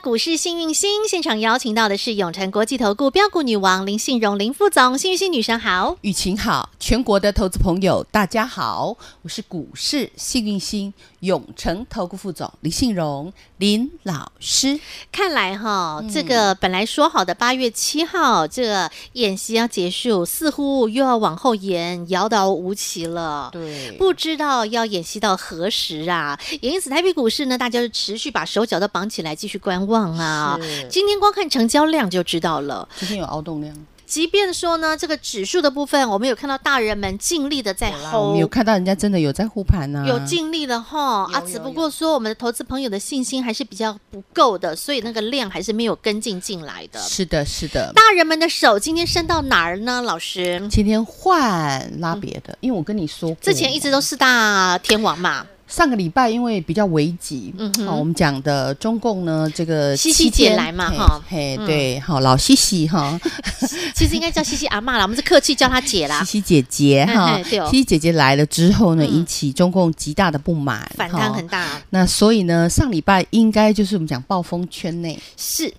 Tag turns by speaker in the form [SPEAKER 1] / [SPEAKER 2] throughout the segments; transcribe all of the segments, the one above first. [SPEAKER 1] 股市幸运星现场，邀请到的是永诚国际投顾标股女王林信荣林副总，幸运星女神好。
[SPEAKER 2] 雨晴好，全国的投资朋友大家好，我是股市幸运星永诚投顾副总林信荣林老师。
[SPEAKER 1] 看来哈，
[SPEAKER 2] 嗯
[SPEAKER 1] 这个本来说好的八月七号这个演习要结束，似乎又要往后延，遥遥无期了。
[SPEAKER 2] 对
[SPEAKER 1] 不知道要演习到何时啊？也因此，台北股市呢，大家就持续把手脚都绑起来，继续观望啊。
[SPEAKER 2] 是
[SPEAKER 1] 今天光看成交量就知道了。
[SPEAKER 2] 今天有凹动量，
[SPEAKER 1] 即便说呢，这个指数的部分，我们有看到大人们尽力的在
[SPEAKER 2] 啊我们有
[SPEAKER 1] hold。
[SPEAKER 2] 看到人家真的有在护盘呢、
[SPEAKER 1] 有尽力了哈啊，
[SPEAKER 2] 嗯有
[SPEAKER 1] 只
[SPEAKER 2] 有
[SPEAKER 1] 不过说我们的投资朋友的信心还是比较不够的，所以那个量还是没有跟进进来的。
[SPEAKER 2] 是的，是的。
[SPEAKER 1] 大人们的手今天伸到哪儿呢？老师，
[SPEAKER 2] 今天换拉别的，因为我跟你说过，
[SPEAKER 1] 嗯之前一直都是大天王嘛，
[SPEAKER 2] 上个礼拜因为比较危急，
[SPEAKER 1] 嗯
[SPEAKER 2] 嗯
[SPEAKER 1] 哼
[SPEAKER 2] 好、我们讲的中共呢，这个
[SPEAKER 1] 西西
[SPEAKER 2] 期间
[SPEAKER 1] 姐来嘛
[SPEAKER 2] 嘿
[SPEAKER 1] 哈
[SPEAKER 2] 嘿，
[SPEAKER 1] 嗯
[SPEAKER 2] 对，好老西西哈，
[SPEAKER 1] 其实应该叫西西阿嬷啦，我们是客气叫她姐啦
[SPEAKER 2] 西。西姐姐哈
[SPEAKER 1] 嘿嘿对哦，
[SPEAKER 2] 西西姐姐来了之后呢，
[SPEAKER 1] 嗯
[SPEAKER 2] 引起中共极大的不满，
[SPEAKER 1] 反弹
[SPEAKER 2] 哈
[SPEAKER 1] 很大，
[SPEAKER 2] 那所以呢，上礼拜应该就是我们讲暴风圈内
[SPEAKER 1] 是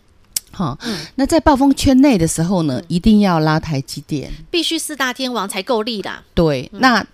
[SPEAKER 2] 哈。
[SPEAKER 1] 嗯
[SPEAKER 2] 那在暴风圈内的时候呢，一定要拉台积电。
[SPEAKER 1] 必须四大天王才够力啦。
[SPEAKER 2] 对，那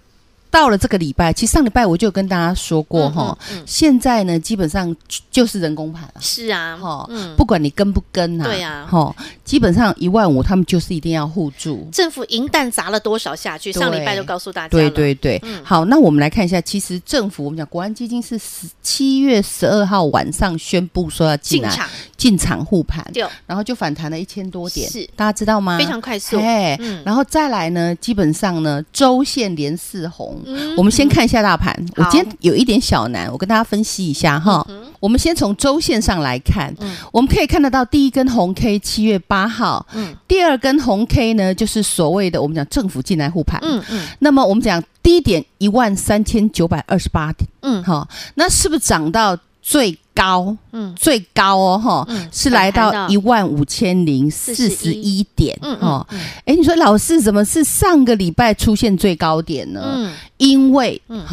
[SPEAKER 2] 到了这个礼拜，其实上礼拜我就有跟大家说过哈，
[SPEAKER 1] 嗯，嗯
[SPEAKER 2] 现在呢基本上就就是人工盘了
[SPEAKER 1] 嗯。是啊，
[SPEAKER 2] 哈
[SPEAKER 1] 嗯，
[SPEAKER 2] 不管你跟不跟啊，
[SPEAKER 1] 对啊
[SPEAKER 2] 哈，基本上一万五，他们就是一定要互助。
[SPEAKER 1] 政府银弹砸了多少下去？上礼
[SPEAKER 2] 对
[SPEAKER 1] 拜就告诉大家
[SPEAKER 2] 对
[SPEAKER 1] 了。
[SPEAKER 2] 对对，
[SPEAKER 1] 嗯
[SPEAKER 2] 好，那我们来看一下，其实政府我们讲国安基金是十七月十二号晚上宣布说要进
[SPEAKER 1] 进
[SPEAKER 2] 来
[SPEAKER 1] 场
[SPEAKER 2] 进场护盘，
[SPEAKER 1] 就
[SPEAKER 2] 然后就反弹了一千多点，
[SPEAKER 1] 是
[SPEAKER 2] 大家知道吗？
[SPEAKER 1] 非常快速。
[SPEAKER 2] 哎，
[SPEAKER 1] 嗯
[SPEAKER 2] 然后再来呢，基本上呢，周线连四红。
[SPEAKER 1] 嗯
[SPEAKER 2] 我们先看一下大盘，我
[SPEAKER 1] 好
[SPEAKER 2] 今天有一点小难，我跟大家分析一下哈。我们先从周线上来看，
[SPEAKER 1] 嗯
[SPEAKER 2] 我们可以看得到第一根红 K 七月八号，
[SPEAKER 1] 嗯
[SPEAKER 2] 第二根红 K 呢就是所谓的我们讲政府进来护盘，
[SPEAKER 1] 嗯嗯
[SPEAKER 2] 那么我们讲低点一万三千九百二十八点，
[SPEAKER 1] 嗯
[SPEAKER 2] 哈、那是不是涨到最高？
[SPEAKER 1] 嗯
[SPEAKER 2] 最高哦，哈、
[SPEAKER 1] 嗯
[SPEAKER 2] 是来
[SPEAKER 1] 反弹
[SPEAKER 2] 到
[SPEAKER 1] 到
[SPEAKER 2] 一万五千零四十一点，
[SPEAKER 1] 嗯
[SPEAKER 2] 哦
[SPEAKER 1] 嗯。嗯
[SPEAKER 2] 哎，你说老师怎么是上个礼拜出现最高点呢？
[SPEAKER 1] 嗯
[SPEAKER 2] 因为哈、
[SPEAKER 1] 嗯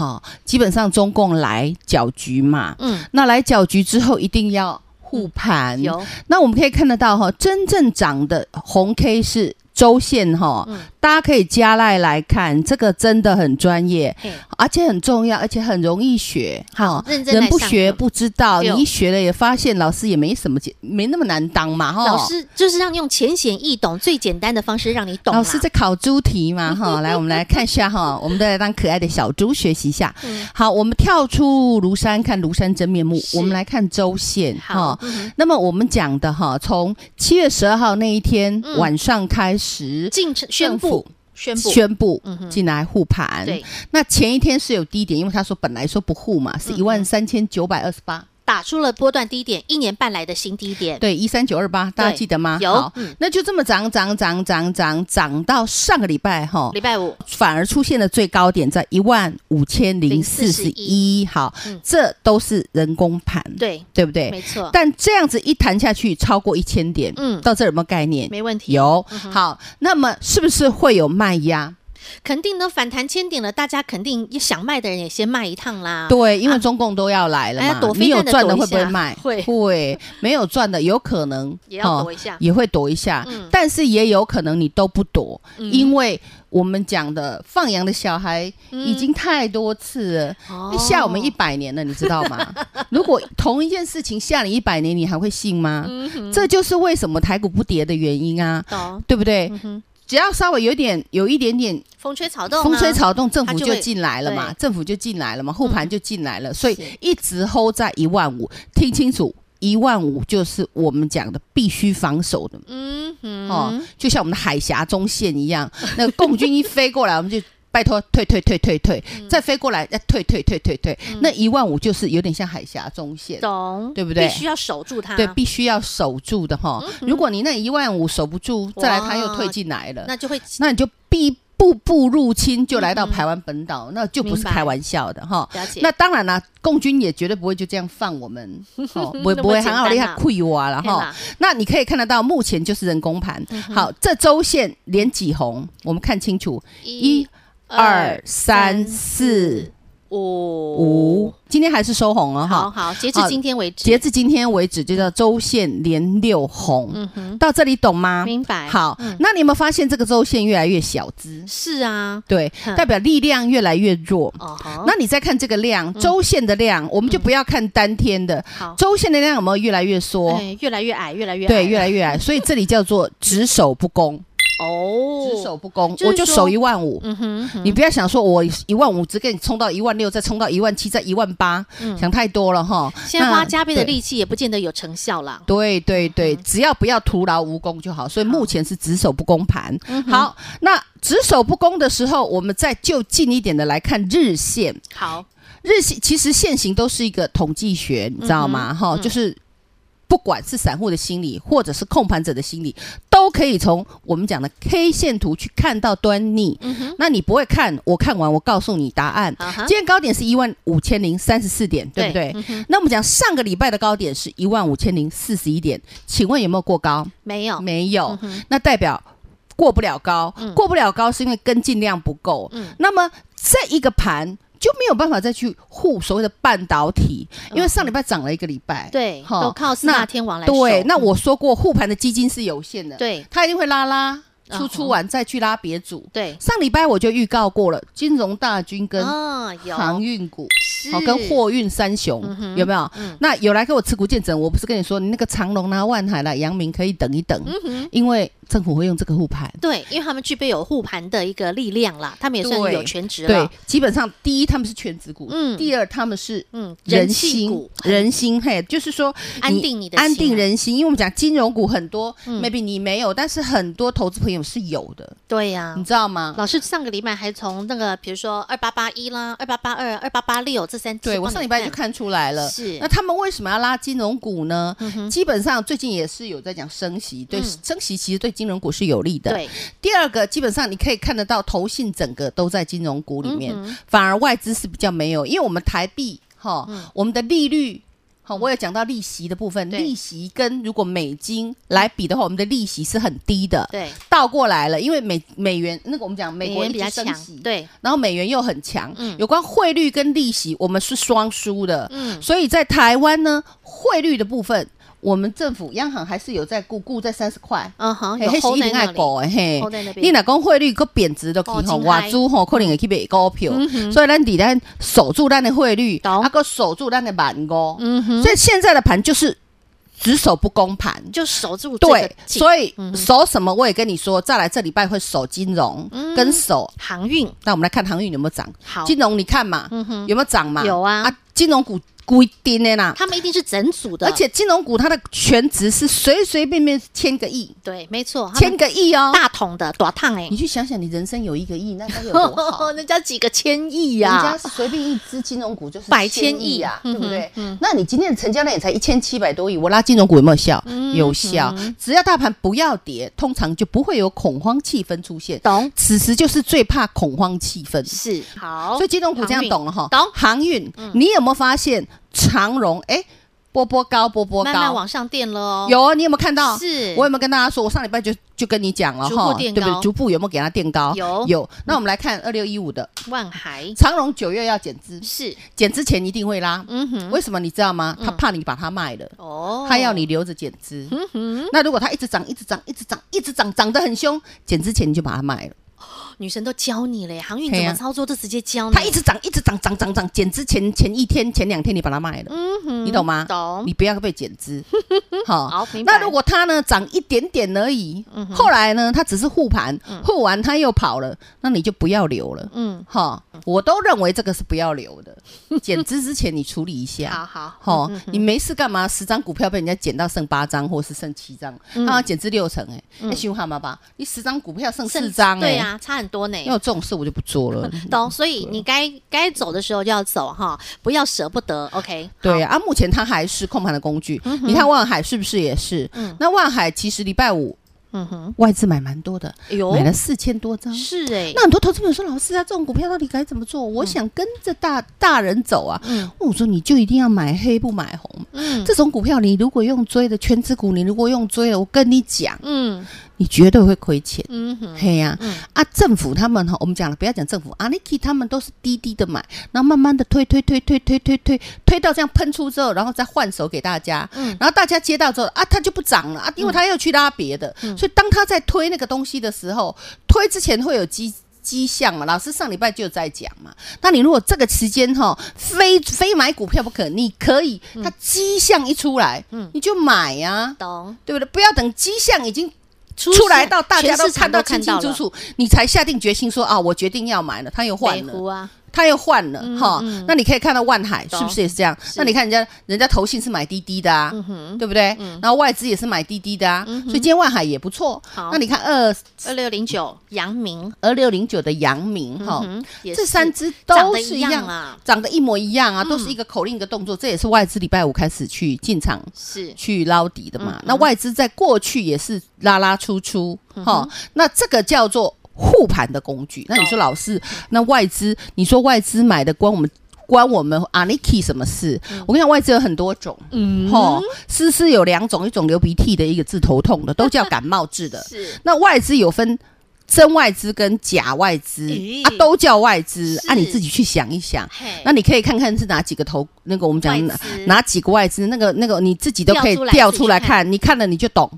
[SPEAKER 2] 基本上中共来搅局嘛，
[SPEAKER 1] 嗯
[SPEAKER 2] 那来搅局之后一定要护盘，
[SPEAKER 1] 有
[SPEAKER 2] 那我们可以看得到哈，真正涨的红 K 是周线哈，
[SPEAKER 1] 嗯
[SPEAKER 2] 大家可以加赖来看，这个真的很专业，
[SPEAKER 1] 嘿
[SPEAKER 2] 而且很重要，而且很容易学哈。
[SPEAKER 1] 认真来
[SPEAKER 2] 人不
[SPEAKER 1] 上
[SPEAKER 2] 学
[SPEAKER 1] 课
[SPEAKER 2] 不知道，
[SPEAKER 1] 对哦
[SPEAKER 2] 你一学了也发现老师也没什么解，没那么难当嘛哈。
[SPEAKER 1] 老师就是让用浅显易懂、最简单的方式让你懂啦。
[SPEAKER 2] 老师在考猪 题嘛哈，来我们来看一下哈，我们再来让可爱的小猪学习一下。
[SPEAKER 1] 嗯
[SPEAKER 2] 好，我们跳出庐山看庐山真面目，
[SPEAKER 1] 是
[SPEAKER 2] 我们来看周线
[SPEAKER 1] 好，嗯哼
[SPEAKER 2] 那么我们讲的哈，从七月十二号那一天、
[SPEAKER 1] 嗯
[SPEAKER 2] 晚上开始，
[SPEAKER 1] 进程宣
[SPEAKER 2] 政
[SPEAKER 1] 布
[SPEAKER 2] 府
[SPEAKER 1] 宣布
[SPEAKER 2] 宣布
[SPEAKER 1] 嗯哼
[SPEAKER 2] 进来护盘。
[SPEAKER 1] 对
[SPEAKER 2] 那前一天是有低点，因为他说本来说不护嘛，是
[SPEAKER 1] 嗯
[SPEAKER 2] 一万三千九百二十八，
[SPEAKER 1] 打出了波段低点，一年半来的新低点。
[SPEAKER 2] 对，一三九二八，大家
[SPEAKER 1] 对
[SPEAKER 2] 记得吗？
[SPEAKER 1] 有
[SPEAKER 2] 好，
[SPEAKER 1] 嗯
[SPEAKER 2] 那就这么涨涨涨涨涨涨到上个礼拜哈。
[SPEAKER 1] 礼拜五
[SPEAKER 2] 反而出现了最高点在一万五千零四十一，好，
[SPEAKER 1] 嗯
[SPEAKER 2] 这都是人工盘，
[SPEAKER 1] 对，
[SPEAKER 2] 对不对？
[SPEAKER 1] 没错，
[SPEAKER 2] 但这样子一弹下去超过一千点，
[SPEAKER 1] 嗯
[SPEAKER 2] 到这有没有概念？
[SPEAKER 1] 没问题。
[SPEAKER 2] 有
[SPEAKER 1] 嗯哼，
[SPEAKER 2] 好，那么是不是会有卖压？
[SPEAKER 1] 肯定呢，反弹千点了，大家肯定想卖的人也先卖一趟啦。
[SPEAKER 2] 对，因
[SPEAKER 1] 啊
[SPEAKER 2] 为中共都要来了
[SPEAKER 1] 哎呀
[SPEAKER 2] 嘛
[SPEAKER 1] 躲，
[SPEAKER 2] 你
[SPEAKER 1] 飞
[SPEAKER 2] 有
[SPEAKER 1] 弹的
[SPEAKER 2] 赚的
[SPEAKER 1] 躲一
[SPEAKER 2] 会不会
[SPEAKER 1] 下
[SPEAKER 2] 卖？
[SPEAKER 1] 会
[SPEAKER 2] 会，没有赚的有可能
[SPEAKER 1] 也要
[SPEAKER 2] 哦
[SPEAKER 1] 躲一下
[SPEAKER 2] 也会躲一下
[SPEAKER 1] 嗯，
[SPEAKER 2] 但是也有可能你都不躲，
[SPEAKER 1] 嗯
[SPEAKER 2] 因为我们讲的放羊的小孩
[SPEAKER 1] 嗯
[SPEAKER 2] 已经太多次了。
[SPEAKER 1] 哦
[SPEAKER 2] 吓我们一百年了，你知道 吗？如果同一件事情吓你一百年，你还会信吗？
[SPEAKER 1] 嗯哼
[SPEAKER 2] 这就是为什么台股不跌的原因啊，
[SPEAKER 1] 懂，
[SPEAKER 2] 对不对？
[SPEAKER 1] 嗯哼，
[SPEAKER 2] 只要稍微有点有一点点
[SPEAKER 1] 风吹草动啊，
[SPEAKER 2] 风吹草动，政
[SPEAKER 1] 它
[SPEAKER 2] 府
[SPEAKER 1] 就
[SPEAKER 2] 就
[SPEAKER 1] 会嗯
[SPEAKER 2] 进来了嘛，政府就进来了嘛，护盘就进来了，所以
[SPEAKER 1] 是
[SPEAKER 2] 一直 hold 在一万五，听清楚。一万五就是我们讲的必须防守的、
[SPEAKER 1] 嗯哼，
[SPEAKER 2] 哦，就像我们的海峡中线一样，那个共军一飞过来，我们就拜托退退退退退，
[SPEAKER 1] 嗯
[SPEAKER 2] 再飞过来再退退退退退，那一万五就是有点像海峡中线，
[SPEAKER 1] 懂
[SPEAKER 2] 对不对
[SPEAKER 1] 必须要守住它，
[SPEAKER 2] 对，必须要守住的哈。
[SPEAKER 1] 嗯
[SPEAKER 2] 如果你那一万五守不住，再来他又退进来了，
[SPEAKER 1] 那就会
[SPEAKER 2] 那你就必步步入侵，就来到台湾本
[SPEAKER 1] 嗯
[SPEAKER 2] 岛，那就不是开玩笑的哈。
[SPEAKER 1] 了解。
[SPEAKER 2] 那当然啦，共军也绝对不会就这样放 我们，哦不会
[SPEAKER 1] 那么
[SPEAKER 2] 不会
[SPEAKER 1] 简
[SPEAKER 2] 很
[SPEAKER 1] 单
[SPEAKER 2] 好厉害
[SPEAKER 1] 啊
[SPEAKER 2] 溃挖了哈
[SPEAKER 1] 哈。，
[SPEAKER 2] 那你可以看得到，目前就是人工盘。
[SPEAKER 1] 嗯
[SPEAKER 2] 好，这周线连几红，我们看清楚，一、二、三、四、
[SPEAKER 1] 五
[SPEAKER 2] 五，今天还是收红了
[SPEAKER 1] 好
[SPEAKER 2] 哈。
[SPEAKER 1] 好，截至
[SPEAKER 2] 好
[SPEAKER 1] 今天为止，
[SPEAKER 2] 截至今天为止，就叫周线连六红，
[SPEAKER 1] 嗯哼，
[SPEAKER 2] 到这里懂吗？
[SPEAKER 1] 明白。，嗯
[SPEAKER 2] 好，那你有没有发现这个周线越来越小资？
[SPEAKER 1] 是啊，
[SPEAKER 2] 对，
[SPEAKER 1] 哼
[SPEAKER 2] 代表力量越来越弱。
[SPEAKER 1] 哦嗯吼，
[SPEAKER 2] 那你再看这个量，周线的量，我们就不要看单天的，
[SPEAKER 1] 好，
[SPEAKER 2] 周线的量有没有越来越缩？
[SPEAKER 1] 哦哎，越来越矮，越来越矮
[SPEAKER 2] 对，
[SPEAKER 1] 了
[SPEAKER 2] 越来越矮，所以这里叫做只守不攻，
[SPEAKER 1] 哦，
[SPEAKER 2] 只守不攻，
[SPEAKER 1] 就是
[SPEAKER 2] 我就
[SPEAKER 1] 说
[SPEAKER 2] 守一万五。
[SPEAKER 1] 嗯哼，嗯哼，
[SPEAKER 2] 你不要想说我一万五只给你冲到一万六，再冲到一万七，再一万八，想太多了哈。
[SPEAKER 1] 现在嗯
[SPEAKER 2] 那
[SPEAKER 1] 花加倍的
[SPEAKER 2] 对
[SPEAKER 1] 力嗯气也不见得有成效啦。
[SPEAKER 2] 对对对，只要不要徒劳无功就好。所以目前是只守不攻盘。
[SPEAKER 1] 嗯
[SPEAKER 2] 好，那只守不攻的时候，我们再就近一点的来看日线。
[SPEAKER 1] 好，
[SPEAKER 2] 日线其实现行都是一个统计学，你知道吗？
[SPEAKER 1] 嗯
[SPEAKER 2] 哈、就是不管是散户的心理，或者是控盘者的心理，都可以从我们讲的 K 线图去看到端倪。那你不会看，我看完我告诉你答案。
[SPEAKER 1] 嗯啊哈
[SPEAKER 2] 今，天高点是一万五千零三十四点，对不
[SPEAKER 1] 对嗯
[SPEAKER 2] 对？那我们讲上个礼拜的高点是一万五千零四十一点，请问有没有过高？
[SPEAKER 1] 没有，嗯
[SPEAKER 2] 没有，那代表过不了高，过不了高是因为跟进量不够。
[SPEAKER 1] 嗯
[SPEAKER 2] 那么这一个盘就没有办法再去护所谓的半导体，因为上礼拜涨了一个礼拜，
[SPEAKER 1] 嗯对，
[SPEAKER 2] 齁
[SPEAKER 1] 都靠四大天王来
[SPEAKER 2] 哎对，
[SPEAKER 1] 守
[SPEAKER 2] 那我说过护盘的基金是有限的，，
[SPEAKER 1] 对
[SPEAKER 2] 它一定会拉拉
[SPEAKER 1] 嗯
[SPEAKER 2] 出
[SPEAKER 1] 哼
[SPEAKER 2] 出完再去拉别组。
[SPEAKER 1] 对，
[SPEAKER 2] 上礼拜我就预告过了，金融大军跟
[SPEAKER 1] 啊，有
[SPEAKER 2] 航运股。
[SPEAKER 1] 是嗯
[SPEAKER 2] 好、跟货运三雄、有没有？那有来给我持股见证，我不是跟你说，你那个长隆啦、万海啦、阳明可以等一
[SPEAKER 1] 嗯
[SPEAKER 2] 等，因为政府会用这个护盘。
[SPEAKER 1] 对，因为他们具备有护盘的一个力量啦，他们也算是
[SPEAKER 2] 对
[SPEAKER 1] 有全职
[SPEAKER 2] 对
[SPEAKER 1] 了，，
[SPEAKER 2] 基本上第一他们是全职股，
[SPEAKER 1] 嗯
[SPEAKER 2] 第二他们是
[SPEAKER 1] 嗯，
[SPEAKER 2] 人
[SPEAKER 1] 气
[SPEAKER 2] 心
[SPEAKER 1] 股，
[SPEAKER 2] 人心嘿，就是说
[SPEAKER 1] 安定你的心啊嗯
[SPEAKER 2] 安定人心，因为我们讲金融股很多、m a y b e 你没有，但是很多投资朋友是有的，
[SPEAKER 1] 对呀
[SPEAKER 2] 你。知道吗？
[SPEAKER 1] 老师上个礼拜还从那个，比如说二八八一啦、二八八二、二八八六这三只
[SPEAKER 2] 对我
[SPEAKER 1] 帮
[SPEAKER 2] 上
[SPEAKER 1] 你
[SPEAKER 2] 礼拜就看出来了，
[SPEAKER 1] 是嗯
[SPEAKER 2] 那他们为什么要拉金融股呢？基本上最近也是有在讲升息，对、升息其实对金融股是有利的。
[SPEAKER 1] 对，
[SPEAKER 2] 第二个，基本上你可以看得到投信整个都在金融股里面，
[SPEAKER 1] 嗯
[SPEAKER 2] 反而外资是比较没有，因为我们台币哈，我们的利率。好，我有讲到利息的部分，
[SPEAKER 1] 嗯对
[SPEAKER 2] 利息跟如果美金来比的话，我们的利息是很低的。
[SPEAKER 1] 对，
[SPEAKER 2] 倒过来了，因为美美元那个我们讲美国
[SPEAKER 1] 元
[SPEAKER 2] 一
[SPEAKER 1] 比
[SPEAKER 2] 直
[SPEAKER 1] 较
[SPEAKER 2] 升
[SPEAKER 1] 强
[SPEAKER 2] 息，，
[SPEAKER 1] 对，
[SPEAKER 2] 然后美元又很强，有关汇率跟利息，我们是双输的，
[SPEAKER 1] 嗯
[SPEAKER 2] 所以在台湾呢，汇率的部分，我们政府央行还是有在顾顾在三十块，
[SPEAKER 1] 嗯哼，
[SPEAKER 2] 嘿
[SPEAKER 1] 有
[SPEAKER 2] 那是
[SPEAKER 1] hold
[SPEAKER 2] 一
[SPEAKER 1] 在
[SPEAKER 2] 定爱
[SPEAKER 1] 那里，
[SPEAKER 2] 顾的嘿
[SPEAKER 1] ，hold 在那。边
[SPEAKER 2] 你若讲汇率个贬值都去
[SPEAKER 1] 哦
[SPEAKER 2] 吼，
[SPEAKER 1] 真
[SPEAKER 2] 外
[SPEAKER 1] 嗨嗯
[SPEAKER 2] 资吼可能会去买股票，所以咱伫咱守住咱的汇率，
[SPEAKER 1] 懂嗯
[SPEAKER 2] 啊个守住咱的万五，所以现在的盘就是只守不攻盘，
[SPEAKER 1] 就守住这个嗯
[SPEAKER 2] 对，
[SPEAKER 1] 紧
[SPEAKER 2] 所以守什么我也跟你说，再来这礼拜会守金融
[SPEAKER 1] 嗯
[SPEAKER 2] 跟守。
[SPEAKER 1] 航运
[SPEAKER 2] 那我们来看航运有没有涨？
[SPEAKER 1] 好，嗯
[SPEAKER 2] 金融你看嘛，有没有涨嘛？
[SPEAKER 1] 有啊
[SPEAKER 2] 啊，金融股规定的啦，
[SPEAKER 1] 他们一定是整组的，
[SPEAKER 2] 而且金融股它的全值是随随便便千个亿，
[SPEAKER 1] 对，没错，他
[SPEAKER 2] 千
[SPEAKER 1] 们
[SPEAKER 2] 个亿哦。
[SPEAKER 1] 大桶的短烫哎！
[SPEAKER 2] 你，去想想，你人生有一个亿，那该有多 好
[SPEAKER 1] 人家几个千亿
[SPEAKER 2] 人
[SPEAKER 1] 呀、
[SPEAKER 2] 家是随便一只金融股就是
[SPEAKER 1] 百千亿嗯
[SPEAKER 2] 啊，对不对？那你今天的成交量也才一千七百多亿，我拉金融股有没有效？
[SPEAKER 1] 嗯
[SPEAKER 2] 有效。只要大盘不要跌，通常就不会有恐慌气氛出现。
[SPEAKER 1] 懂？
[SPEAKER 2] 此时就是最怕恐慌气氛。
[SPEAKER 1] 是好，
[SPEAKER 2] 所以金融股这样懂了哈。
[SPEAKER 1] 航运懂嗯
[SPEAKER 2] 航运，你有没有发现长荣？哎，波波高，波波高，
[SPEAKER 1] 慢慢往上垫了哦。
[SPEAKER 2] 有啊，你有没有看到？
[SPEAKER 1] 是
[SPEAKER 2] 我有没有跟大家说？我上礼拜就就跟你讲了
[SPEAKER 1] 逐步
[SPEAKER 2] 哈，对
[SPEAKER 1] 垫
[SPEAKER 2] 不
[SPEAKER 1] 高
[SPEAKER 2] 对？逐步有没有给它垫高？
[SPEAKER 1] 有
[SPEAKER 2] 有。那我们来看二六一五的
[SPEAKER 1] 万海
[SPEAKER 2] 长荣，九月要减资，
[SPEAKER 1] 是
[SPEAKER 2] 减资前一定会拉。
[SPEAKER 1] 嗯哼嗯
[SPEAKER 2] 为什么你知道吗？他怕你把它卖了。
[SPEAKER 1] 哦，嗯
[SPEAKER 2] 他要你留着减资，那如果它一直涨，一直涨，一直涨，一直涨，涨得很凶，减资前你就把它卖了。
[SPEAKER 1] 女神都教你嘞，航运怎
[SPEAKER 2] 嘿
[SPEAKER 1] 么
[SPEAKER 2] 呀
[SPEAKER 1] 操作都直接教你。
[SPEAKER 2] 它一直涨，一直涨，涨涨涨，减资前前一天、前两天你把它卖了，
[SPEAKER 1] 嗯
[SPEAKER 2] 你懂吗？
[SPEAKER 1] 懂
[SPEAKER 2] 你不要被 减资。好
[SPEAKER 1] 好明白嗯
[SPEAKER 2] 那如果它呢涨一点点而已，后来呢它只是护盘，护完它又跑了，那你就不要留了。
[SPEAKER 1] 嗯，
[SPEAKER 2] 哈，我都认为这个是不要留的，减资之前你处理一
[SPEAKER 1] 好
[SPEAKER 2] 下。
[SPEAKER 1] 好嗯
[SPEAKER 2] 哦，你没事干嘛？十张股票被人家减到剩八张，或是
[SPEAKER 1] 嗯
[SPEAKER 2] 欸剩七张，啊，减资六成哎，那想看嘛吧？你十张股票剩
[SPEAKER 1] 甚
[SPEAKER 2] 四张哎，
[SPEAKER 1] 嗯对啊，差很很多呢。
[SPEAKER 2] 要有这种事我就不 做了。
[SPEAKER 1] 懂，所以你该该走的时候就要走哈，不要舍不得。OK，
[SPEAKER 2] 对啊，啊目前它还是控盘的工具。
[SPEAKER 1] 嗯
[SPEAKER 2] 你看万海是不是也是？那万海其实礼拜五
[SPEAKER 1] 嗯哼，
[SPEAKER 2] 外资买蛮多的，
[SPEAKER 1] 哎呦
[SPEAKER 2] 买，了四千多张。
[SPEAKER 1] 是哎、
[SPEAKER 2] 那很多投资朋友说：“老师啊，这种股票到底该怎么做？我想跟着大大人走啊。”
[SPEAKER 1] 嗯
[SPEAKER 2] 我说：“你就一定要买黑不买红。
[SPEAKER 1] 嗯
[SPEAKER 2] 这种股票你如果用追的全指股，你如果用追的，我跟你讲，
[SPEAKER 1] 嗯
[SPEAKER 2] 你绝对会亏钱。
[SPEAKER 1] 嗯哼，
[SPEAKER 2] 嘿呀、啊，政府他们哈，我们讲了，不要讲政府，阿 n i k i 他们都是低低的买，然后慢慢的推推推推推推推推到这样喷出之后，然后再换手给大家，
[SPEAKER 1] 嗯
[SPEAKER 2] 然后大家接到之后啊，它就不涨了啊，因为它又去拉别的，
[SPEAKER 1] 嗯
[SPEAKER 2] 所以当他在推那个东西的时候，推之前会有机。迹象嘛，老师上礼拜就有在讲嘛。那你如果这个时间哈、非非买股票不可，你可以，
[SPEAKER 1] 嗯
[SPEAKER 2] 它迹象一出来，你就买呀、啊，
[SPEAKER 1] 懂。
[SPEAKER 2] 对不对？不要等迹象已经
[SPEAKER 1] 出
[SPEAKER 2] 出来
[SPEAKER 1] 现
[SPEAKER 2] 到大家
[SPEAKER 1] 全
[SPEAKER 2] 都
[SPEAKER 1] 市场
[SPEAKER 2] 看到清清
[SPEAKER 1] 了
[SPEAKER 2] 楚楚，你才下定决心说啊，我决定要买了，它又换
[SPEAKER 1] 北
[SPEAKER 2] 了，
[SPEAKER 1] 湖啊，
[SPEAKER 2] 它又换了哈。那你可以看到万海
[SPEAKER 1] 嗯懂
[SPEAKER 2] 是不是也是这样？那你看人家人家投信是买滴滴的
[SPEAKER 1] 嗯
[SPEAKER 2] 啊，对不对？然后外资也是买滴滴的啊，所以今天万海也不错
[SPEAKER 1] 好。
[SPEAKER 2] 那你看二
[SPEAKER 1] 二六零九，阳明，
[SPEAKER 2] 二六零九的阳明哈。
[SPEAKER 1] 嗯，也
[SPEAKER 2] 这
[SPEAKER 1] 是
[SPEAKER 2] 三只
[SPEAKER 1] 长
[SPEAKER 2] 都
[SPEAKER 1] 得
[SPEAKER 2] 是
[SPEAKER 1] 一
[SPEAKER 2] 一样
[SPEAKER 1] 样，啊，
[SPEAKER 2] 长得一模一样啊，都是一个口令一个动作，这也是外资礼拜五开始去进场
[SPEAKER 1] 是。
[SPEAKER 2] 去捞底的嘛。那外资在过去也是拉拉出出，哈、那这个叫做护盘的工具。那你说老师，那外资，你说外资买的关我们关我们 Aniki 什么事？我跟你讲，外资有很多种，嗯，哈，丝丝有两种，一种流鼻涕的，一个治头痛的，都叫感冒治的
[SPEAKER 1] 是
[SPEAKER 2] 那外资有分。真外资跟假外资、
[SPEAKER 1] 咦
[SPEAKER 2] 啊，都叫外资
[SPEAKER 1] 是
[SPEAKER 2] 啊，你自己去想一想。
[SPEAKER 1] 嘿，
[SPEAKER 2] 那你可以看看是哪几个头，那个我们讲
[SPEAKER 1] 外
[SPEAKER 2] 哪
[SPEAKER 1] 资
[SPEAKER 2] 哪几个外资，那个那个你自己都可以
[SPEAKER 1] 调出来
[SPEAKER 2] 调出来
[SPEAKER 1] 自己去嗯
[SPEAKER 2] 看，你看了你就懂。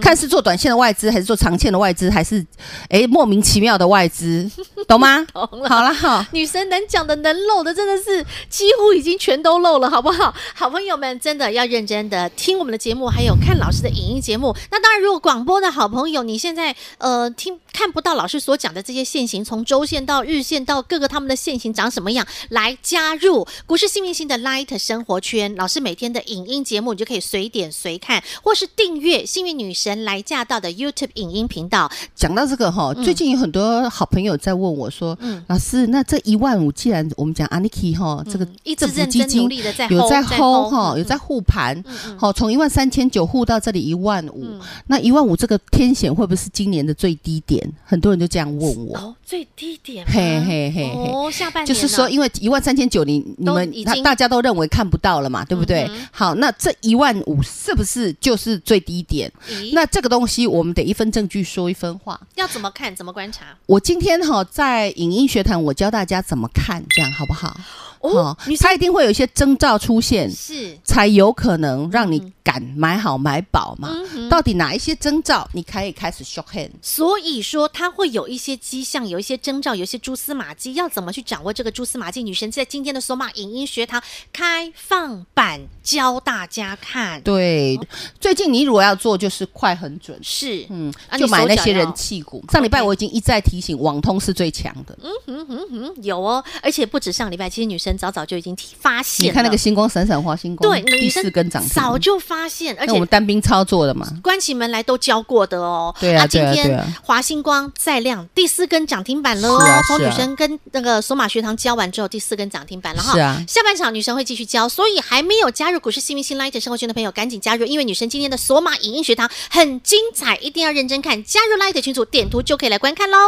[SPEAKER 2] 看是做短线的外资，还是做长线的外资，还是诶莫名其妙的 外资，懂吗？
[SPEAKER 1] 懂了
[SPEAKER 2] 好了哈。
[SPEAKER 1] 女生能讲的、能漏的，真的是几乎已经全都漏了，好不好？好朋友们，真的要认真的听我们的节目，还有看老师的影音节目。那当然，如果广播的好朋友，你现在呃听看不到老师所讲的这些线型，从周线到日线到各个他们的线型长什么样，来加入股市幸运星的 Light 生活圈。老师每天的影音节目，你就可以随点随看，或是订阅幸运女神来驾到的 YouTube 影音频道。嗯
[SPEAKER 2] 讲到这个哈，最近有很多好朋友在问我说，
[SPEAKER 1] 嗯
[SPEAKER 2] 老师，那这一万五，既然我们讲 Aniki 哈，这个
[SPEAKER 1] 一直
[SPEAKER 2] 政府
[SPEAKER 1] 认
[SPEAKER 2] 基
[SPEAKER 1] 真努
[SPEAKER 2] 金
[SPEAKER 1] 力的嗯在
[SPEAKER 2] 有
[SPEAKER 1] hold，
[SPEAKER 2] 在
[SPEAKER 1] hold，
[SPEAKER 2] hold 哈，
[SPEAKER 1] 嗯嗯
[SPEAKER 2] 有在护盘，好，从一万三千九护到这里一万五，那一万五这个天险会不会是今年的最低点？很多人就这样问我。
[SPEAKER 1] 哦，最低点吗，
[SPEAKER 2] 嘿嘿嘿嘿
[SPEAKER 1] 哦，下半年
[SPEAKER 2] 就是说，
[SPEAKER 1] 了
[SPEAKER 2] 因为一万三千九，你你
[SPEAKER 1] 都
[SPEAKER 2] 们
[SPEAKER 1] 已
[SPEAKER 2] 他
[SPEAKER 1] 经嗯
[SPEAKER 2] 大家都认为看不到了嘛，对不对？好，那这一万五是不是就是最低点？
[SPEAKER 1] 咦
[SPEAKER 2] 那这个东西我们得一分证据说一分话。
[SPEAKER 1] 要怎么看，怎么观察？
[SPEAKER 2] 我今天哈、在影音学堂，我教大家怎么看，这样好不好？
[SPEAKER 1] 哦
[SPEAKER 2] 好，它一定会有一些征兆出现，
[SPEAKER 1] 是
[SPEAKER 2] 才有可能让你敢买好买保嘛。
[SPEAKER 1] 嗯
[SPEAKER 2] 到底哪一些征兆，你可以开始 show hand？
[SPEAKER 1] 所以说，它会有一些迹象，有一些征兆，有一些蛛丝马迹，要怎么去掌握这个蛛丝马迹？女神在今天的索马影音学堂开放版教大家看，哦
[SPEAKER 2] 对，最近你如果要做，就是快很准。
[SPEAKER 1] 是
[SPEAKER 2] 嗯
[SPEAKER 1] 啊，
[SPEAKER 2] 就
[SPEAKER 1] 你
[SPEAKER 2] 买
[SPEAKER 1] 手
[SPEAKER 2] 那
[SPEAKER 1] 脚
[SPEAKER 2] 些人
[SPEAKER 1] 要
[SPEAKER 2] 气股。上礼拜
[SPEAKER 1] OK
[SPEAKER 2] 我已经一再提醒，网通是最强的。
[SPEAKER 1] 嗯有哦，而且不止上礼拜，其实女生早早就已经提发现
[SPEAKER 2] 你
[SPEAKER 1] 了，
[SPEAKER 2] 看那个星光闪闪花星光，
[SPEAKER 1] 对
[SPEAKER 2] 第
[SPEAKER 1] 女生
[SPEAKER 2] 四根涨停，
[SPEAKER 1] 早就发现，而
[SPEAKER 2] 那我
[SPEAKER 1] 且
[SPEAKER 2] 们单兵操作的嘛。
[SPEAKER 1] 关起门来都教过的哦。
[SPEAKER 2] 对啊
[SPEAKER 1] 那今
[SPEAKER 2] 对啊对
[SPEAKER 1] 天
[SPEAKER 2] 啊
[SPEAKER 1] 华星光再亮第四根涨停板了哦
[SPEAKER 2] 是啊。
[SPEAKER 1] 从
[SPEAKER 2] 是
[SPEAKER 1] 女
[SPEAKER 2] 啊
[SPEAKER 1] 神跟那个索马学堂教完之后，第四根涨停板了哈。
[SPEAKER 2] 是啊
[SPEAKER 1] 下半场女神会继续教，所以还没有加入股市幸运星 Light 生活圈的朋友，赶紧加入，因为女神今天的索马影音学堂很精彩，一定要认真看。加入 Light 群组，点图就可以来观看喽。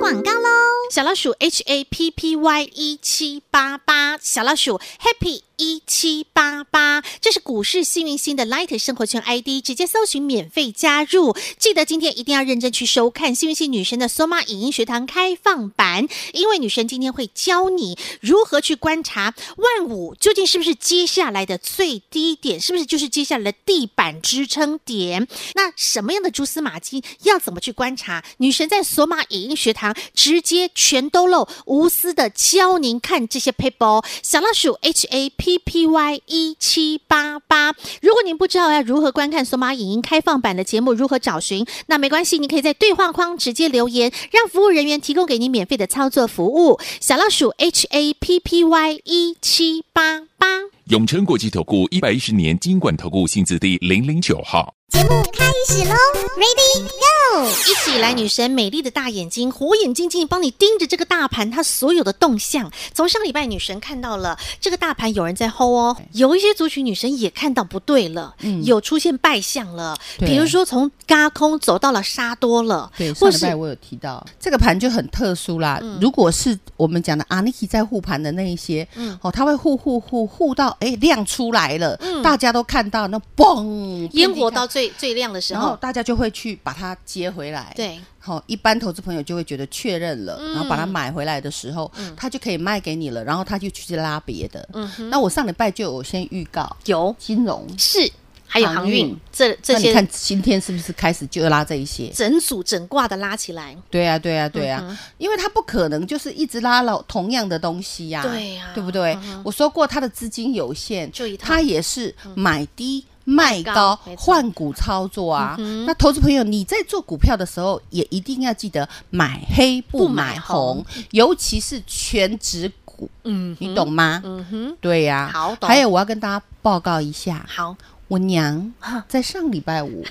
[SPEAKER 1] 广告喽！小老鼠 H A P P Y 一七八八，小老鼠 Happy 一七八八，这是股市幸运星的 Light 生活圈 ID，直接搜寻免费加入。记得今天一定要认真去收看幸运星女神的索马影音学堂开放版，因为女神今天会教你如何去观察万五究竟是不是接下来的最低点，是不是就是接下来的地板支撑点。那什么样的蛛丝马迹要怎么去观察？女神在索马影音学堂直接全都露，无私的教您看这些 paper。小哦老鼠 H A P P Y 一七八八。如果您不知道要如何观看索马影音开放版的节目，如何找寻，那没关系，你可以在对话框直接留言，让服务人员提供给您免费的操作服务。小老鼠 H A P P Y 一七八八。
[SPEAKER 3] 永诚国际投顾一百一十年金管投顾性质第零零九号。
[SPEAKER 4] 节目开始喽，Ready Go！
[SPEAKER 1] 哦一直以来，女神美丽的大眼睛火眼金睛帮你盯着这个大盘，它所有的动向。从上礼拜，女神看到了这个大盘有人在 hold 哦，有一些族群女神也看到不对了，有出现败象了，
[SPEAKER 2] 嗯对
[SPEAKER 1] 比如说从嘎空走到了杀多了，
[SPEAKER 2] 对，
[SPEAKER 1] 或
[SPEAKER 2] 上礼拜
[SPEAKER 1] 是
[SPEAKER 2] 我有提到这个盘就很特殊啦。如果是我们讲的阿尼奇在护盘的那一些，哦，它会护护护护到哎亮出来了，大家都看到那嘣
[SPEAKER 1] 烟火，
[SPEAKER 2] 遍
[SPEAKER 1] 到
[SPEAKER 2] 地
[SPEAKER 1] 最最亮的时
[SPEAKER 2] 看然后哎
[SPEAKER 1] 候，
[SPEAKER 2] 大家就会去把它接回来。，
[SPEAKER 1] 对，
[SPEAKER 2] 好、一般投资朋友就会觉得确认了，
[SPEAKER 1] 嗯
[SPEAKER 2] 然后把它买回来的时候，它就可以卖给你了，然后他就去拉别的。
[SPEAKER 1] 嗯
[SPEAKER 2] 那我上礼拜就有先预告
[SPEAKER 1] 有
[SPEAKER 2] 金融，
[SPEAKER 1] 是还有
[SPEAKER 2] 航
[SPEAKER 1] 航运
[SPEAKER 2] 运，
[SPEAKER 1] 这这
[SPEAKER 2] 那你
[SPEAKER 1] 些
[SPEAKER 2] 看今天是不是开始就拉这一些？
[SPEAKER 1] 整组整挂的拉起来，
[SPEAKER 2] 对呀、对呀、对呀、
[SPEAKER 1] 嗯
[SPEAKER 2] 因为他不可能就是一直拉老同样的东西呀、
[SPEAKER 1] 对呀嗯
[SPEAKER 2] 对不对？我说过他的资金有限，
[SPEAKER 1] 就一套嗯
[SPEAKER 2] 他也是买低。卖
[SPEAKER 1] 高
[SPEAKER 2] 高
[SPEAKER 1] 没错嗯
[SPEAKER 2] 换股操作啊，那投资朋友，你在做股票的时候也一定要记得买黑不
[SPEAKER 1] 不买
[SPEAKER 2] 买红，尤其是全职股，
[SPEAKER 1] 嗯
[SPEAKER 2] 你懂吗？
[SPEAKER 1] 嗯哼，
[SPEAKER 2] 对呀、
[SPEAKER 1] 好懂
[SPEAKER 2] 还有我要跟大家报告一下，
[SPEAKER 1] 好，
[SPEAKER 2] 我娘在上礼拜 五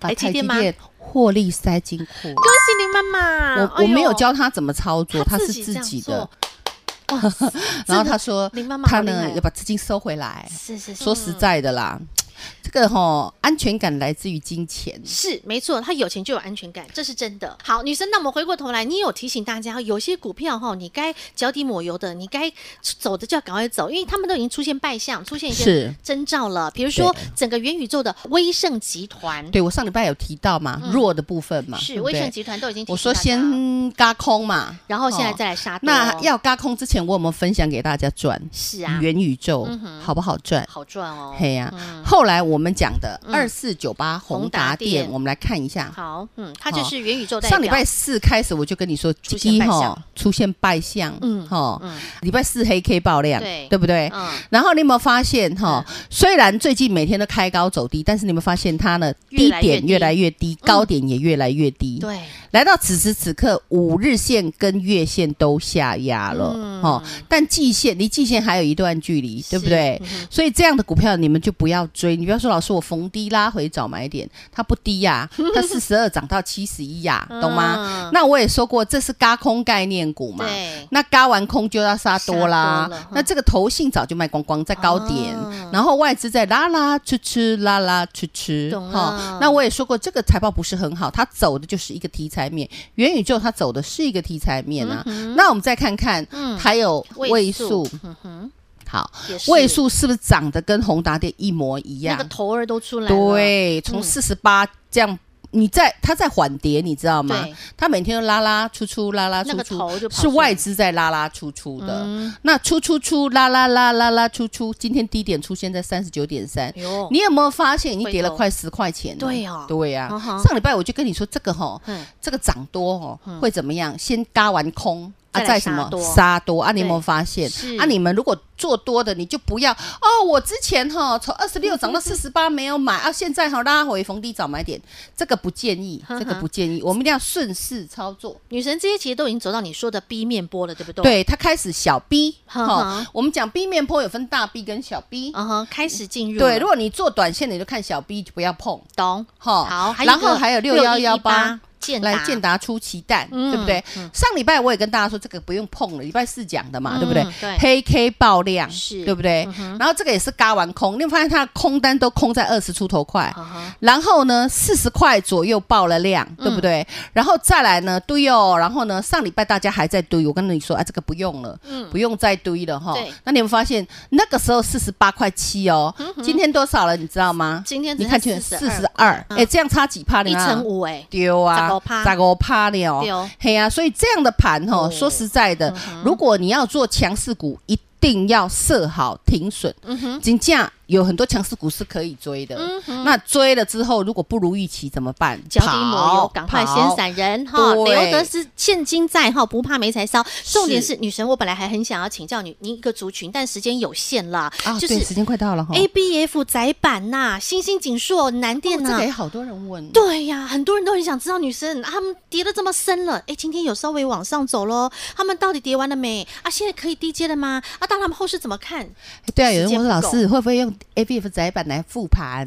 [SPEAKER 2] 把
[SPEAKER 1] 台积
[SPEAKER 2] 台积
[SPEAKER 1] 电哎吗
[SPEAKER 2] 电获利塞进库，
[SPEAKER 1] 恭喜您妈妈，
[SPEAKER 2] 我
[SPEAKER 1] 哎
[SPEAKER 2] 我
[SPEAKER 1] 呦
[SPEAKER 2] 没有教他怎么操作，
[SPEAKER 1] 他
[SPEAKER 2] 他
[SPEAKER 1] 自
[SPEAKER 2] 是
[SPEAKER 1] 己
[SPEAKER 2] 自
[SPEAKER 1] 这样
[SPEAKER 2] 己
[SPEAKER 1] 做
[SPEAKER 2] 的。 然后他说
[SPEAKER 1] 林妈妈，好
[SPEAKER 2] 他
[SPEAKER 1] 厉害嗯
[SPEAKER 2] 呢
[SPEAKER 1] 哦
[SPEAKER 2] 要把资金收回来。
[SPEAKER 1] 是是是，
[SPEAKER 2] 说实在的啦，这个吼安全感来自于金钱。
[SPEAKER 1] 是没错，他有钱就有安全感，这是真的。好，女生，那我们回过头来，你有提醒大家，有些股票哈，你该脚底抹油的，你该走的就要赶快走，因为他们都已经出现败象，出现一些
[SPEAKER 2] 是
[SPEAKER 1] 征兆了。比如说整个元宇宙的威盛集团，
[SPEAKER 2] 对我上礼拜有提到嘛，弱的部分嘛，对
[SPEAKER 1] 嗯是
[SPEAKER 2] 不
[SPEAKER 1] 威
[SPEAKER 2] 对
[SPEAKER 1] 盛集团都已经提
[SPEAKER 2] 我
[SPEAKER 1] 醒
[SPEAKER 2] 说
[SPEAKER 1] 大家
[SPEAKER 2] 先嘎空嘛，
[SPEAKER 1] 然后现在
[SPEAKER 2] 哦
[SPEAKER 1] 再来杀多，
[SPEAKER 2] 那要嘎空之前，我有没有分享给大家赚
[SPEAKER 1] 是啊，
[SPEAKER 2] 元宇宙好不好赚？
[SPEAKER 1] 好赚哦。嗯
[SPEAKER 2] 嘿呀，后来我们讲的二四九八
[SPEAKER 1] 宏
[SPEAKER 2] 宏
[SPEAKER 1] 达
[SPEAKER 2] 达
[SPEAKER 1] 电
[SPEAKER 2] 电，我们来看一下。
[SPEAKER 1] 好，嗯，它就是元宇宙代表。
[SPEAKER 2] 哦上礼拜四开始我就跟你说，
[SPEAKER 1] 出现败象
[SPEAKER 2] 吼出现败象，
[SPEAKER 1] 嗯
[SPEAKER 2] 嗯哈，礼拜四黑 K 爆量，
[SPEAKER 1] 对
[SPEAKER 2] 不对？
[SPEAKER 1] 嗯，
[SPEAKER 2] 然后你有没有发现哈？虽然最近每天都开高走低，但是你有没有发现它呢？
[SPEAKER 1] 越
[SPEAKER 2] 低
[SPEAKER 1] 来越
[SPEAKER 2] 点
[SPEAKER 1] 低
[SPEAKER 2] 越来越低，高点也越来越低。
[SPEAKER 1] 对，
[SPEAKER 2] 来到此时此刻，五日线跟月线都下压了，哦，但季线离季线还有一段距离，对不对？所以这样的股票你们就不要追，你不要说老师我逢低拉回找买点，它不低呀、它四十二涨到七十一呀，懂吗？那我也说过，这是嘎空概念股嘛。
[SPEAKER 1] 嗯对，
[SPEAKER 2] 那嘎完空就要杀多
[SPEAKER 1] 杀
[SPEAKER 2] 啦，
[SPEAKER 1] 多了哼
[SPEAKER 2] 那这个投信早就卖光光在高点，
[SPEAKER 1] 哦
[SPEAKER 2] 然后外资在拉拉吃吃拉拉吃吃，
[SPEAKER 1] 懂了
[SPEAKER 2] 齁那我也说过，这个财报不是很好，它走的就是一个题材面，元宇宙它走的是一个题材面啊。那我们再看看，还有
[SPEAKER 1] 嗯位
[SPEAKER 2] 位
[SPEAKER 1] 数
[SPEAKER 2] 数，嗯好，
[SPEAKER 1] 也是
[SPEAKER 2] 位数是不是涨得跟宏达电一模一
[SPEAKER 1] 那
[SPEAKER 2] 样
[SPEAKER 1] 个？头儿都出来了，嗯
[SPEAKER 2] 对，从四十八这样。你在它在缓跌，你知道吗
[SPEAKER 1] 对？
[SPEAKER 2] 它每天都拉拉出出，拉拉
[SPEAKER 1] 那
[SPEAKER 2] 出
[SPEAKER 1] 个
[SPEAKER 2] 出，
[SPEAKER 1] 头就跑
[SPEAKER 2] 是
[SPEAKER 1] 出来嗯
[SPEAKER 2] 外资在拉拉出出的。那出出出，拉拉拉拉拉出出，今天低点出现在三十九点三。
[SPEAKER 1] 哎呦，
[SPEAKER 2] 你有没有发现已经跌了
[SPEAKER 1] 回头
[SPEAKER 2] 快十块钱了？
[SPEAKER 1] 对哦
[SPEAKER 2] 对呀、
[SPEAKER 1] 嗯哼
[SPEAKER 2] 上礼拜我就跟你说这个吼，
[SPEAKER 1] 嗯
[SPEAKER 2] 这个涨多吼会怎么样？先嘎完空。
[SPEAKER 1] 再
[SPEAKER 2] 啊，
[SPEAKER 1] 来
[SPEAKER 2] 再什
[SPEAKER 1] 杀
[SPEAKER 2] 么
[SPEAKER 1] 多
[SPEAKER 2] 杀多啊？你有没有发现
[SPEAKER 1] 是？
[SPEAKER 2] 啊，你们如果做多的，你就不要哦。我之前哈从二十 六涨到四十八没有买啊，现在哈拉回逢低找买点，这个不 建议，这个不建议。我们一定要顺势操作。
[SPEAKER 1] 女神这些其实都已经走到你说的 B 面波了，对不对？，
[SPEAKER 2] 对，它开始小 B，
[SPEAKER 1] 哼
[SPEAKER 2] 哈
[SPEAKER 1] 哼，
[SPEAKER 2] 我们讲 B 面坡有分大 B 跟小 B。
[SPEAKER 1] 嗯哼，开始进入了。
[SPEAKER 2] 对，如果你做短线的，你就看小 B 就不要碰，
[SPEAKER 1] 懂。
[SPEAKER 2] 哈。
[SPEAKER 1] 好，还有
[SPEAKER 2] 然
[SPEAKER 1] 一个
[SPEAKER 2] 后还有六幺幺八
[SPEAKER 1] 6118。健达
[SPEAKER 2] 来建达出奇蛋，
[SPEAKER 1] 嗯嗯
[SPEAKER 2] 对不对？上礼拜我也跟大家说，这个不用碰了，礼拜四讲的嘛，对不对？
[SPEAKER 1] 对
[SPEAKER 2] 黑 K 爆量，
[SPEAKER 1] 是嗯
[SPEAKER 2] 对不对？然后这个也是嘎完空，你会发现它的空单都空在二十出头块，
[SPEAKER 1] 嗯哼
[SPEAKER 2] 然后呢，四十块左右爆了量，
[SPEAKER 1] 嗯
[SPEAKER 2] 对不对？然后再来呢，堆哦，然后呢，上礼拜大家还在堆，我跟你说啊，这个不用了，不用再堆了哈
[SPEAKER 1] 嗯对。
[SPEAKER 2] 那你们发现那个时候四十八块七哦，今天多少了？你知道
[SPEAKER 1] 嗯
[SPEAKER 2] 吗？
[SPEAKER 1] 今天只剩
[SPEAKER 2] 你看去
[SPEAKER 1] 42
[SPEAKER 2] 四十二，哎，这样差几趴？
[SPEAKER 1] 嗯
[SPEAKER 2] 你
[SPEAKER 1] 一
[SPEAKER 2] 看啊
[SPEAKER 1] 乘五，哎，
[SPEAKER 2] 丢
[SPEAKER 1] 15%
[SPEAKER 2] 啊，十五趴了
[SPEAKER 1] 对哦
[SPEAKER 2] 哦，嘿呀、啊，所以这样的盘哈、
[SPEAKER 1] 哦
[SPEAKER 2] 说实在的，如果你要做强势股，一定要设好停损。嗯哼，嗯金价有很多强势股是可以追的，那追了之后如果不如预期怎么办？
[SPEAKER 1] 脚底抹油，
[SPEAKER 2] 跑
[SPEAKER 1] 赶快
[SPEAKER 2] 跑
[SPEAKER 1] 先闪人哈，留
[SPEAKER 2] 对
[SPEAKER 1] 得是现金在哈，不怕没柴烧。重点是女神，我本来还很想要请教你您一个族群，但时间有限啦，
[SPEAKER 2] 啊！
[SPEAKER 1] 就
[SPEAKER 2] 对，时
[SPEAKER 1] 是
[SPEAKER 2] 间快到了哈。
[SPEAKER 1] A B F 窄板呐，星星锦硕南电
[SPEAKER 2] 这
[SPEAKER 1] 呐
[SPEAKER 2] 个。也好多人问，
[SPEAKER 1] 对呀，很多人都很想知道女生啊他们跌的这么深了，哎，今天有稍微往上走喽，他们到底跌完了没？啊，现在可以低接了吗？啊，当他们后市怎么看？
[SPEAKER 2] 对啊，
[SPEAKER 1] 时
[SPEAKER 2] 有人
[SPEAKER 1] 间
[SPEAKER 2] 问
[SPEAKER 1] 不
[SPEAKER 2] 老
[SPEAKER 1] 够
[SPEAKER 2] 师会不会用 ABF 窄板来复 盘，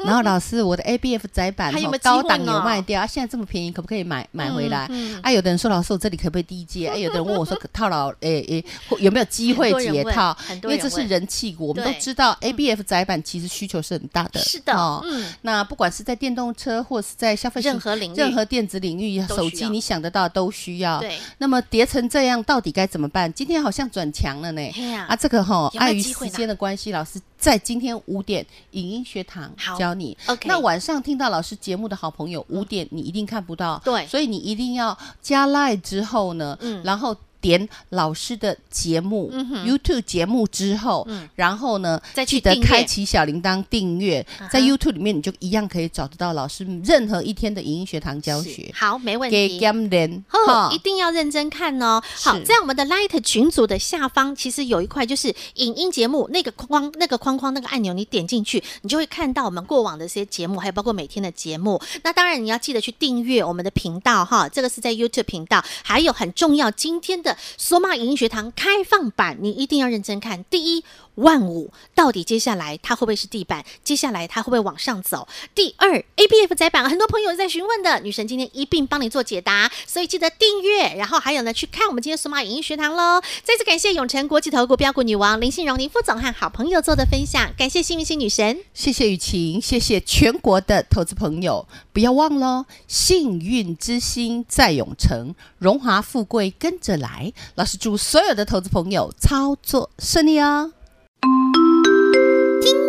[SPEAKER 2] 然后老师我的 ABF 窄板
[SPEAKER 1] 还有没有
[SPEAKER 2] 哦
[SPEAKER 1] 机
[SPEAKER 2] 高
[SPEAKER 1] 会
[SPEAKER 2] 档
[SPEAKER 1] 呢
[SPEAKER 2] 有卖掉，啊现在这么便宜，可不可以买买回来？
[SPEAKER 1] 嗯
[SPEAKER 2] 啊，有的人说老师我这里可不可以 低阶？哎，有的人问我说可套牢，诶诶，或有没有机会
[SPEAKER 1] 很多人
[SPEAKER 2] 解
[SPEAKER 1] 问
[SPEAKER 2] 套？
[SPEAKER 1] 很
[SPEAKER 2] 因
[SPEAKER 1] 多
[SPEAKER 2] 为
[SPEAKER 1] 人
[SPEAKER 2] 这是
[SPEAKER 1] 问
[SPEAKER 2] 人气股，我们都
[SPEAKER 1] 对嗯
[SPEAKER 2] 知道 ABF 窄板其实需求是很大的，哦
[SPEAKER 1] 是的，嗯，
[SPEAKER 2] 那不管是在电动车，或是在消费
[SPEAKER 1] 任
[SPEAKER 2] 型
[SPEAKER 1] 何领域，
[SPEAKER 2] 任何电子领域，
[SPEAKER 1] 都
[SPEAKER 2] 手
[SPEAKER 1] 需
[SPEAKER 2] 机
[SPEAKER 1] 要
[SPEAKER 2] 你想得到都需要。
[SPEAKER 1] 对，
[SPEAKER 2] 那么跌成这样，到底该怎么办？今天好像转强了呢。
[SPEAKER 1] 哎呀
[SPEAKER 2] 啊，这个哈、
[SPEAKER 1] 有没有
[SPEAKER 2] 碍于
[SPEAKER 1] 机会
[SPEAKER 2] 时
[SPEAKER 1] 呢
[SPEAKER 2] 间的关系，老师在今天五点影音学堂
[SPEAKER 1] 好
[SPEAKER 2] 教你。
[SPEAKER 1] ，OK，
[SPEAKER 2] 那晚上听到老师节目的好朋友，五点你一定看不到，
[SPEAKER 1] 嗯对
[SPEAKER 2] 所以你一定要加赖之后呢，
[SPEAKER 1] 嗯
[SPEAKER 2] 然后点老师的节目、
[SPEAKER 1] 嗯哼
[SPEAKER 2] YouTube 节目之后，
[SPEAKER 1] 嗯
[SPEAKER 2] 然后呢，
[SPEAKER 1] 再去
[SPEAKER 2] 记得
[SPEAKER 1] 订阅
[SPEAKER 2] 开启小铃铛订阅，
[SPEAKER 1] 嗯哼
[SPEAKER 2] 在 YouTube 里面你就一样可以找得到老师任何一天的影音学堂教
[SPEAKER 1] 是
[SPEAKER 2] 学，
[SPEAKER 1] 好，没问
[SPEAKER 2] 给
[SPEAKER 1] 题。
[SPEAKER 2] Gam 人
[SPEAKER 1] 哦，一定要认真看哦。好，
[SPEAKER 2] 是
[SPEAKER 1] 在我们的 Light 群组的下方，其实有一块就是影音节目那个框、那个框框、那个按钮，你点进去，你就会看到我们过往的这些节目，还有包括每天的节目。那当然，你要记得去订阅我们的频道哈，这个是在 YouTube 频道。还有很重要，今天的索马影音学堂开放版，你一定要认真看。第一，万五到底接下来它会不会是地板？接下来它会不会往上走？第二，ABF 窄板，很多朋友在询问的，女神今天一并帮你做解答，所以记得订阅，然后还有呢，去看我们今天数码影音学堂喽。再次感谢永诚国际投顾标股女王林信荣林副总和好朋友做的分享，感谢幸运星女神。
[SPEAKER 2] 谢谢雨晴，谢谢全国的投资朋友，不要忘了哦，幸运之星在永城，荣华富贵跟着来。老师祝所有的投资朋友操作顺利哦。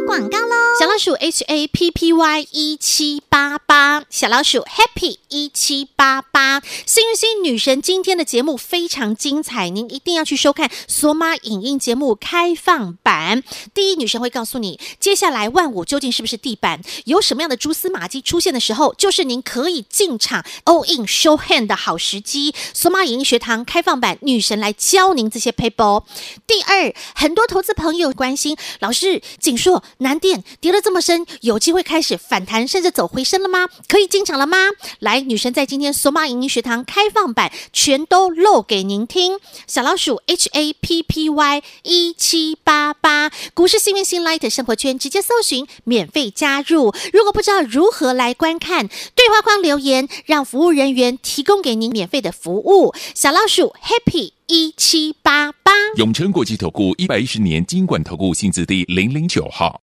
[SPEAKER 1] 广告喽！小老鼠 H A P P Y 一七八八，小老鼠 Happy 一七八八，幸运星女神今天的节目非常精彩，您一定要去收看索马影音节目开放版。第一，女神会告诉你接下来万五究竟是不是地板，有什么样的蛛丝马迹出现的时候，就是您可以进场 all in show hand 的好时机。索马影音学堂开放版，女神来教您这些 paper。第哦二，很多投资朋友关心，老师，锦硕、南电跌了这么深，有机会开始反弹，甚至走回升了吗？可以进场了吗？来，女神在今天索马影音学堂开放版全都露给您听。小老鼠 H A P P Y 一七八八，股市幸运星 Light 生活圈直接搜寻，免费加入。如果不知道如何来观看，对话框留言，让服务人员提供给您免费的服务。小老鼠 Happy 一七八八。
[SPEAKER 3] 永诚国际投顾一百一十年金管投顾性质第零零九号。